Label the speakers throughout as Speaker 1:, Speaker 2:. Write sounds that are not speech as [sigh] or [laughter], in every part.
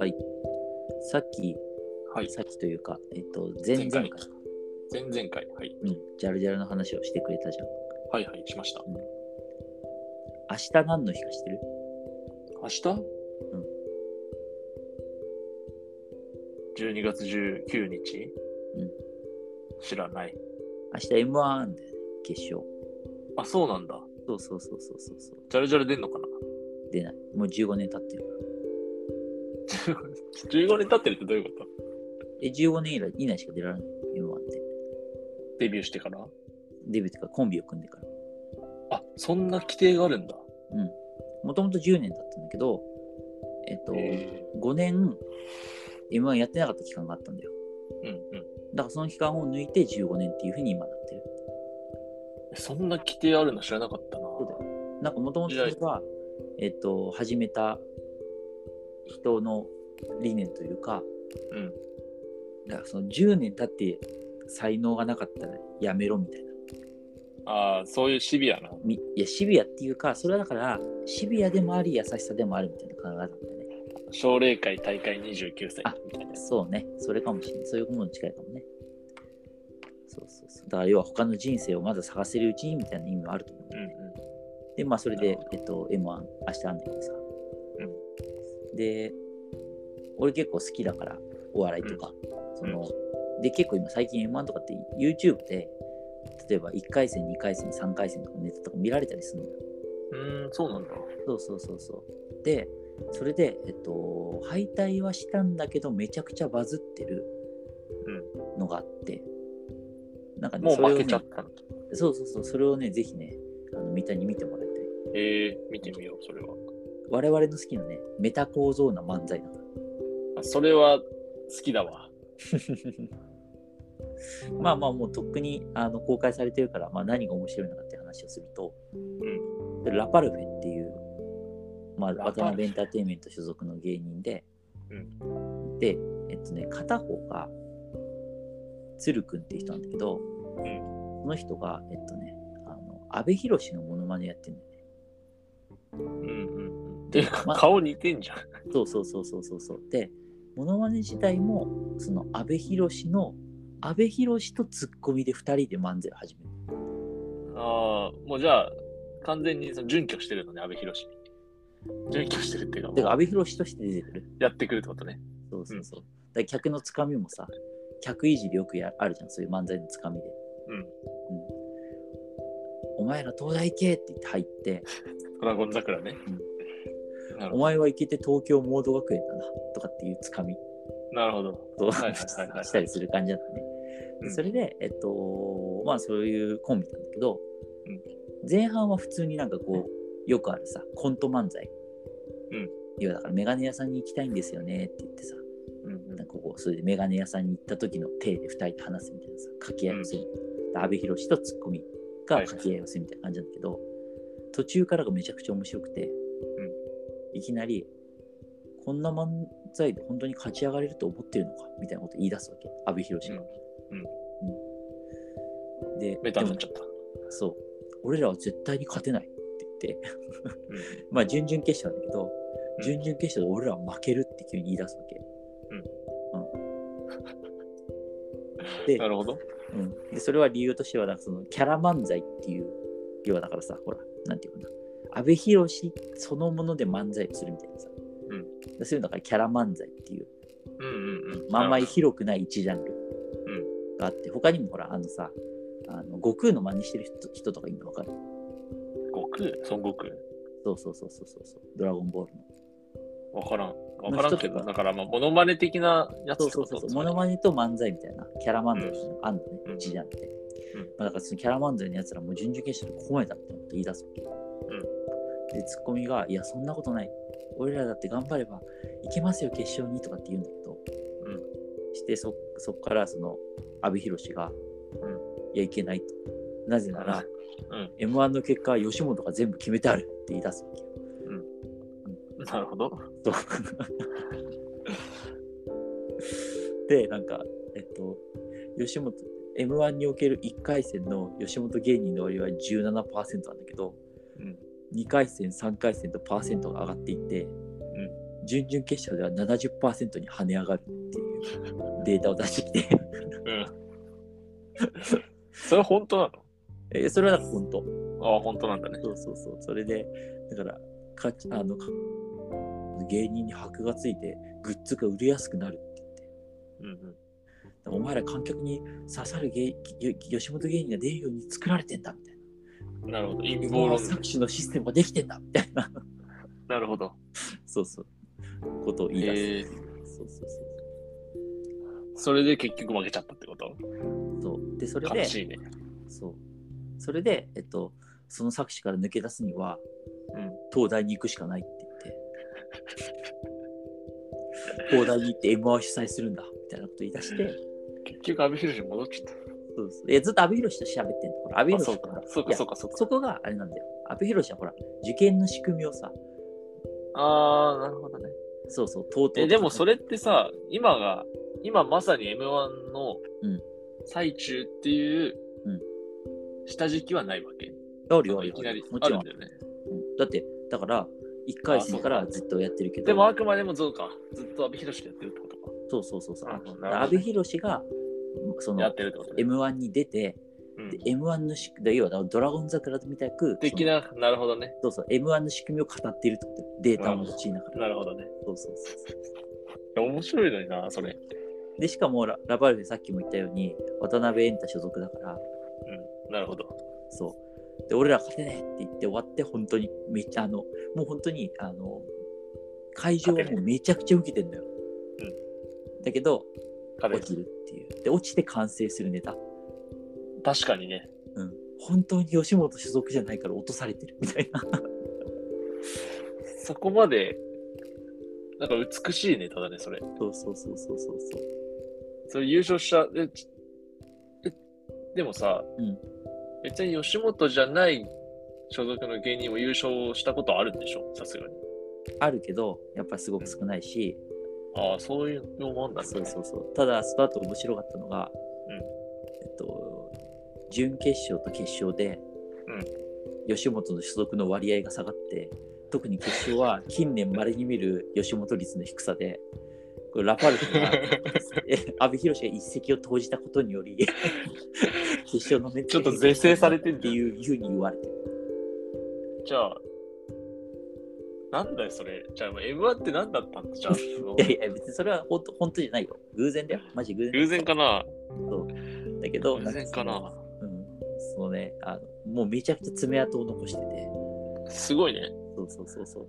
Speaker 1: はい。さっき、
Speaker 2: はい、
Speaker 1: さっきというか、えっと、前々回、
Speaker 2: 前回前々回、はい、
Speaker 1: うん、ジャルジャルの話をしてくれたじゃん。
Speaker 2: はいはいしました。
Speaker 1: 明日何の日か知ってる
Speaker 2: 明日、?12 月19日、
Speaker 1: うん
Speaker 2: 知らない。
Speaker 1: 明日 M1 なんだよね、決勝。
Speaker 2: あ、そうなんだ。
Speaker 1: そうそうそうそうそうそう。
Speaker 2: ジャルジャル出んのか [laughs] な
Speaker 1: 出ない。もう15年経ってるから。
Speaker 2: ?15 年経ってるってどういうこと
Speaker 1: え、15年以来以内しか出られない。M1 って。
Speaker 2: デビューしてから
Speaker 1: デビューというかコンビを組んでから。
Speaker 2: あ、そんな規定があるんだ。
Speaker 1: うん。もともと10年だったんだけど、えっと、
Speaker 2: え
Speaker 1: 5年 M1 やってなかった期間があったんだよ。
Speaker 2: ーうんうん。
Speaker 1: だからその期間を抜いて15年っていうふうに今なってる。
Speaker 2: そんな規定あるの知らなかったな。
Speaker 1: そうだなんかもともとそれが、えっと、始めた人の理念というか、
Speaker 2: うん。
Speaker 1: だからその10年経って才能がなかったらやめろみたいな。
Speaker 2: ああ、そういうシビアな。
Speaker 1: みいや、シビアっていうか、それはだから、シビアでもあり、優しさでもあるみたいな考えなんだよね。
Speaker 2: 奨励会大会29歳
Speaker 1: あ
Speaker 2: みたいな。
Speaker 1: そうね、それかもしれない。そういうものに近いかもね。そうそうそう。だから、要は他の人生をまだ探せるうちにみたいな意味もあると思うんだ
Speaker 2: う
Speaker 1: よ
Speaker 2: ん
Speaker 1: ね。
Speaker 2: うん。
Speaker 1: で、まあ、それ
Speaker 2: な
Speaker 1: で
Speaker 2: るほ、
Speaker 1: えっと、M1、明日あんだけどさ。で、俺結構好きだから、お笑いとか。その、で、結構今、最近 M1 とかって YouTube で、例えば1回戦、2回戦、3回戦とかネタとか見られたりするのよ。
Speaker 2: うん、うーん、そうなんだ。
Speaker 1: そうそうそうそう。で、それで、えっと、敗退はしたんだけど、めちゃくちゃバズってるのがあって、なんかね、
Speaker 2: もう
Speaker 1: それを
Speaker 2: 負け
Speaker 1: ね
Speaker 2: ちゃったんだ。
Speaker 1: そうそうそう、それをね、ぜひね、あの三田に見てもらいたい。
Speaker 2: ええ見てみよう、それは。
Speaker 1: 我々の好きなね、メタ構造な漫才だから。
Speaker 2: あそれは好きだわ。
Speaker 1: まあまあもうとっくにあの公開されてるから、まあ、何が面白いのかって話をすると、ラパルフェっていう、まあ、
Speaker 2: ラパルフェ
Speaker 1: 渡辺エンターテインメント所属の芸人で、
Speaker 2: う
Speaker 1: で、えっとね、片方が鶴くんっていう人なんだけど、
Speaker 2: ん
Speaker 1: その人が、えっとね、あの安部寛のモノマネやってるんだよね。
Speaker 2: うんうんうん。ていうか、
Speaker 1: まあ
Speaker 2: 顔似てんじゃん。
Speaker 1: そうそうそうそうそうそう。で、モノマネ自体も、その安部寛の、安部寛とツッコミで2人で漫才を始める。
Speaker 2: ああ、もうじゃあ、完全にその準拠してるのね、阿部寛に。準拠してるっていうか、
Speaker 1: だか
Speaker 2: も
Speaker 1: ら
Speaker 2: う
Speaker 1: 安部寛として出てくる。
Speaker 2: やってくるってことね。
Speaker 1: そうそうそう。だから客のつかみもさ、客いじりよくやあるじゃん、そういう漫才のつかみで。
Speaker 2: うん
Speaker 1: お前ら東大行けって言って入って、
Speaker 2: ドラゴン桜ね。なる
Speaker 1: お
Speaker 2: ほど。
Speaker 1: 前は行けて東京モード学園だなとかっていうつかみ
Speaker 2: なるほど。
Speaker 1: と
Speaker 2: はいはいはいは
Speaker 1: [laughs]
Speaker 2: い
Speaker 1: したりする感じだったね。
Speaker 2: うん
Speaker 1: それで、えっと、まあそういうコンビなんだけど、
Speaker 2: うん
Speaker 1: 前半は普通になんかこう、よくあるさ、コント漫才。
Speaker 2: うん
Speaker 1: 要はだからメガネ屋さんに行きたいんですよねって言ってさ、
Speaker 2: うんうん
Speaker 1: なんかこう、それでメガネ屋さんに行った時の手で2人で話すみたいなさ、掛け合いをする。で阿部寛とツッコミが掛け合いをするみたいな感じなんだけど、途中からがめちゃくちゃ面白くて、いきなり、こんな漫才で本当に勝ち上がれると思ってるのかみたいなこと言い出すわけ、阿部寛が。
Speaker 2: うんうん
Speaker 1: うんで、
Speaker 2: ベタになっち
Speaker 1: で
Speaker 2: ゃった。
Speaker 1: もそう、俺らは絶対に勝てないって言って、
Speaker 2: うん
Speaker 1: まあ準々決勝なんだけど、
Speaker 2: うん
Speaker 1: 準々決勝で俺らは負けるって急に言い出すわけ。
Speaker 2: [laughs]
Speaker 1: で
Speaker 2: なるほど。
Speaker 1: うん、でそれは理由としてはなんかそのキャラ漫才っていう要はだからさほらなんていうかな阿部寛そのもので漫才をするみたいなさ、うん、そういうのだからキャラ漫才っていう、
Speaker 2: うんうんうん。
Speaker 1: まああんまり
Speaker 2: なる
Speaker 1: 広くない一ジャンルがあって、他にもほらあのさあの悟空の真似してる人人とかいるの分かる
Speaker 2: ほど。悟空孫悟空
Speaker 1: そうそうそうそうそうそうドラゴンボールの
Speaker 2: わからん。わからん
Speaker 1: まあ一つ
Speaker 2: けど、
Speaker 1: は
Speaker 2: だから、まあ、モノマネ的なやつ
Speaker 1: そう
Speaker 2: って
Speaker 1: そ
Speaker 2: こ
Speaker 1: うそ
Speaker 2: と
Speaker 1: うそう
Speaker 2: つ
Speaker 1: モ
Speaker 2: まり
Speaker 1: ノマネと漫才みたいなキャラ漫才みたいなのがあんのね、
Speaker 2: うん
Speaker 1: 一ジャンルで、
Speaker 2: うん
Speaker 1: まあ、だからそのキャラ漫才のやつらもう準々決勝でここまでだってこと言い出すわけ、でツッコミが「いやそんなことない俺らだって頑張ればいけますよ決勝に」とかって言うんだけど、
Speaker 2: うん
Speaker 1: してそそっからその阿部寛が、
Speaker 2: うん
Speaker 1: いやいけない」となぜなら、
Speaker 2: うん
Speaker 1: m 1の結果吉本が全部決めてあるって言い出すわけよ
Speaker 2: なるほど。
Speaker 1: そうで、なんか、えっと、吉本、M1 における1回戦の吉本芸人の割合は17%なんだけど、
Speaker 2: うん
Speaker 1: 2回戦3回戦とパーセントが上がっていって、準々決勝では70%に跳ね上がるっていうデータを出してきて
Speaker 2: うん。 [laughs] それ本当な
Speaker 1: えそれはなんか本当
Speaker 2: のああ、本当なんだね。
Speaker 1: そうそうそうそれでだからかあのか芸人に箔がついてグッズが売れやすくなるって言って
Speaker 2: うんうん。
Speaker 1: だからお前ら観客に刺さる芸よ吉本芸人が出るように作られてんだみたいな
Speaker 2: なるほど。陰謀
Speaker 1: M1
Speaker 2: 論。
Speaker 1: 搾取のシステムができてんだみたいな [laughs]
Speaker 2: なるほど。
Speaker 1: そうそうことを言い出す、
Speaker 2: え
Speaker 1: そうそうそう
Speaker 2: それで結局負けちゃったってこと
Speaker 1: そうでそれ
Speaker 2: 悲
Speaker 1: で
Speaker 2: しいね。
Speaker 1: そうそれで、えっと、その作詞から抜け出すには
Speaker 2: うん。
Speaker 1: 東大に行くしかないって
Speaker 2: [laughs]
Speaker 1: 言って東大に行って m 1主催するんだみたいなこと言い出して
Speaker 2: 結局、阿部寛に戻っちゃった。
Speaker 1: そうそういやずっと阿部寛と喋ってんだから阿部
Speaker 2: あ
Speaker 1: 寛
Speaker 2: そう
Speaker 1: ほら
Speaker 2: か、そう
Speaker 1: い
Speaker 2: か、
Speaker 1: や
Speaker 2: そうか、そうか。
Speaker 1: そこがあれなんだよ阿部寛はほら受験の仕組みをさ
Speaker 2: ああ、なるほどね。
Speaker 1: そうそう、とうとう。
Speaker 2: え、でもそれってさ、今が、今まさに M1 の
Speaker 1: うん
Speaker 2: 最中っていう
Speaker 1: うん
Speaker 2: 下敷きはないわけ。
Speaker 1: あるよ、ある
Speaker 2: い
Speaker 1: よ
Speaker 2: きなり
Speaker 1: も
Speaker 2: あ
Speaker 1: ち
Speaker 2: る
Speaker 1: ろ
Speaker 2: ん
Speaker 1: ん。
Speaker 2: だよね。
Speaker 1: うんだって、だから、1回戦からずっとやってるけど、
Speaker 2: でもあくまでもそうか、ずっと阿部寛でやってるってことか。
Speaker 1: そうそうそうそう。
Speaker 2: あ
Speaker 1: あ
Speaker 2: なるほど
Speaker 1: の阿部寛が、そ
Speaker 2: や
Speaker 1: の
Speaker 2: っ、てるってことね。
Speaker 1: M1 に出て、
Speaker 2: うん
Speaker 1: で M1 の仕組み、要はドラゴン桜みたく、
Speaker 2: 的な、なるほどね。
Speaker 1: そのそうそう、M1 の仕組みを語っているってことデータを用いながら。
Speaker 2: なるほどね。
Speaker 1: そうそうそうそ
Speaker 2: いや面白いのにな、それ。
Speaker 1: う。で、しかもラ、ラバルフェさっきも言ったように、渡辺エンタ所属だから、
Speaker 2: うん、なるほど。
Speaker 1: そう。で、俺ら勝てねえって言って終わって、本当にめっちゃ、あの、もう本当に、あの、会場はもうめちゃくちゃ受けてんだよ。だけど、
Speaker 2: 彼
Speaker 1: 落ちるっていう。で、落ちて完成するネタ。
Speaker 2: 確かにね。
Speaker 1: うん。本当に吉本所属じゃないから落とされてるみたいな。 [laughs]
Speaker 2: そこまで、なんか美しいネタだね、それ。
Speaker 1: そうそうそうそうそうそう。
Speaker 2: それ優勝した、え、ちえでもさ、
Speaker 1: うん
Speaker 2: 別に吉本じゃない所属の芸人も優勝したことあるんでしょさすがに。
Speaker 1: あるけど、やっぱりすごく少ないし、
Speaker 2: ああ、そういうのもあんだね。
Speaker 1: そうそうそう。ただ、その後面白かったのが、
Speaker 2: うん
Speaker 1: えっと、準決勝と決勝で、吉本の所属の割合が下がって、特に決勝は
Speaker 2: [laughs]
Speaker 1: 近年まれに見る吉本率の低さで、これラパルフ
Speaker 2: [laughs]
Speaker 1: がえ阿部寛が一石を投じたことによ
Speaker 2: [laughs]
Speaker 1: り、決勝のね
Speaker 2: ちょっと是正されてん
Speaker 1: っ
Speaker 2: じ
Speaker 1: て
Speaker 2: ゃん
Speaker 1: いうふうに言われてる。
Speaker 2: じゃあ、なんだよ、それ。じゃあ、M1 って何だったん
Speaker 1: [laughs]
Speaker 2: だじゃあ、その
Speaker 1: いやいや、別にそれは本当本当じゃないよ。偶然だよ。マジ偶然
Speaker 2: 偶然かな
Speaker 1: だけど、
Speaker 2: 偶然か
Speaker 1: ん
Speaker 2: な
Speaker 1: そのうん、そのねあの、もうめちゃくちゃ爪痕を残してて、
Speaker 2: すごいね。
Speaker 1: そうそうそうそう。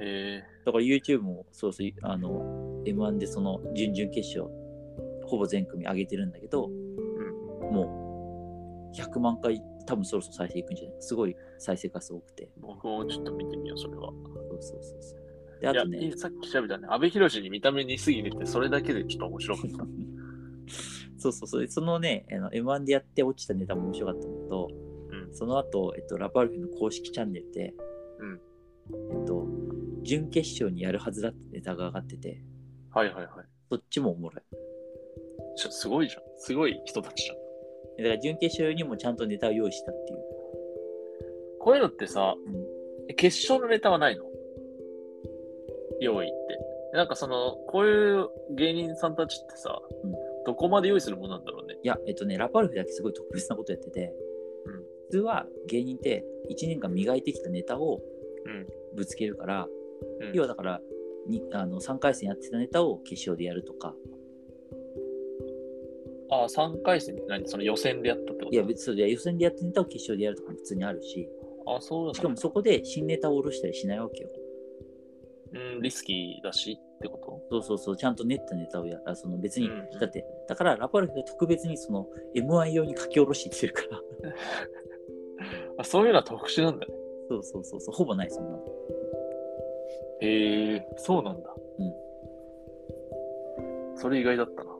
Speaker 2: へえ。
Speaker 1: だから YouTube もそうそう、あの、M1 でその準々決勝、ほぼ全組上げてるんだけど、もう100万回、多分そろそろ再生いくんじゃないすごい再生回数多くて。
Speaker 2: 僕もちょっと見てみよう、それは。
Speaker 1: そうそうそうそう。で、あと
Speaker 2: いやい
Speaker 1: ね
Speaker 2: い、、さっき調べたね。安倍博に見た目似すぎてて、それだけでちょっと面白かった。
Speaker 1: [laughs] そうそうそう、そのね、あの M1 でやって落ちたネタも面白かったんだけど、
Speaker 2: うん
Speaker 1: その後、えっと、ラパルフェの公式チャンネルで、
Speaker 2: うん
Speaker 1: えっと、準決勝にやるはずだってネタが上がってて、
Speaker 2: はいはいはい。
Speaker 1: そっちもおもろい。
Speaker 2: ちょすごいじゃん。すごい人たちじゃん。
Speaker 1: だから準決勝にもちゃんとネタを用意したっていう。
Speaker 2: こういうのってさ
Speaker 1: うん、
Speaker 2: 決勝のネタはないの用意って。なんかその、こういう芸人さんたちってさ、
Speaker 1: うん
Speaker 2: どこまで用意するものなんだろうね。
Speaker 1: いや、えっとね、ラパルフェだけすごい特別なことやってて、
Speaker 2: うん
Speaker 1: 普通は芸人って1年間磨いてきたネタを
Speaker 2: うん
Speaker 1: ぶつけるから、
Speaker 2: うん
Speaker 1: 要はだからにあの3回戦やってたネタを決勝でやるとか、
Speaker 2: ああ、3回戦って何その予選でやったってこと
Speaker 1: いや別にそれで予選でやってネタを決勝でやるとかも普通にあるし、
Speaker 2: ああ、そうなんだ
Speaker 1: しかもそこで新ネタを下ろしたりしないわけよ。
Speaker 2: うん、リスキーだしってこ
Speaker 1: そうそうそう、ちゃんと練ったネタをやら、その別
Speaker 2: とう
Speaker 1: に、
Speaker 2: ん。
Speaker 1: だって、だからラパルフェが特別にその M1 用に書き下ろしてきてるから、 [laughs]
Speaker 2: あそういうのは特殊なんだね。
Speaker 1: そうそうそうそう、ほぼない、そんなの。
Speaker 2: へえ、そうなんだ。それ意外だったな。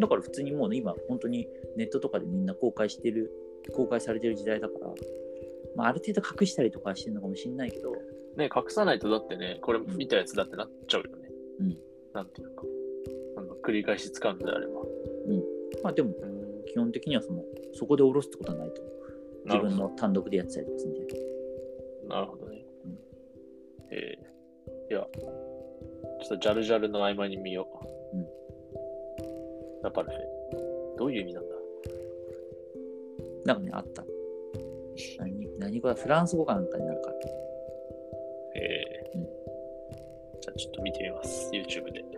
Speaker 1: だから普通にもうね、今、本当にネットとかでみんな公開してる、公開されてる時代だから、まあ、ある程度隠したりとかはしてるのかもしれないけど、
Speaker 2: ね、隠さないとだってね、これ
Speaker 1: ん
Speaker 2: 見たやつだってなっちゃうよね。
Speaker 1: うん。
Speaker 2: なんていうか、あの繰り返し使うのであれば。
Speaker 1: まあでも、
Speaker 2: うん、
Speaker 1: 基本的にはその、そこで下ろすってことはないと思う。自
Speaker 2: なるほ
Speaker 1: 分
Speaker 2: ど。
Speaker 1: の単独でやってたりとかするんで。
Speaker 2: なるほどね。ちょっとジャルジャルの合間に見よう。。
Speaker 1: うん
Speaker 2: ラパルフェ。どういう意味なんだ
Speaker 1: なんかね、あった。何何語だフランス語かなんかになるから。
Speaker 2: ええ
Speaker 1: うん
Speaker 2: じゃあちょっと見てみます。YouTube で。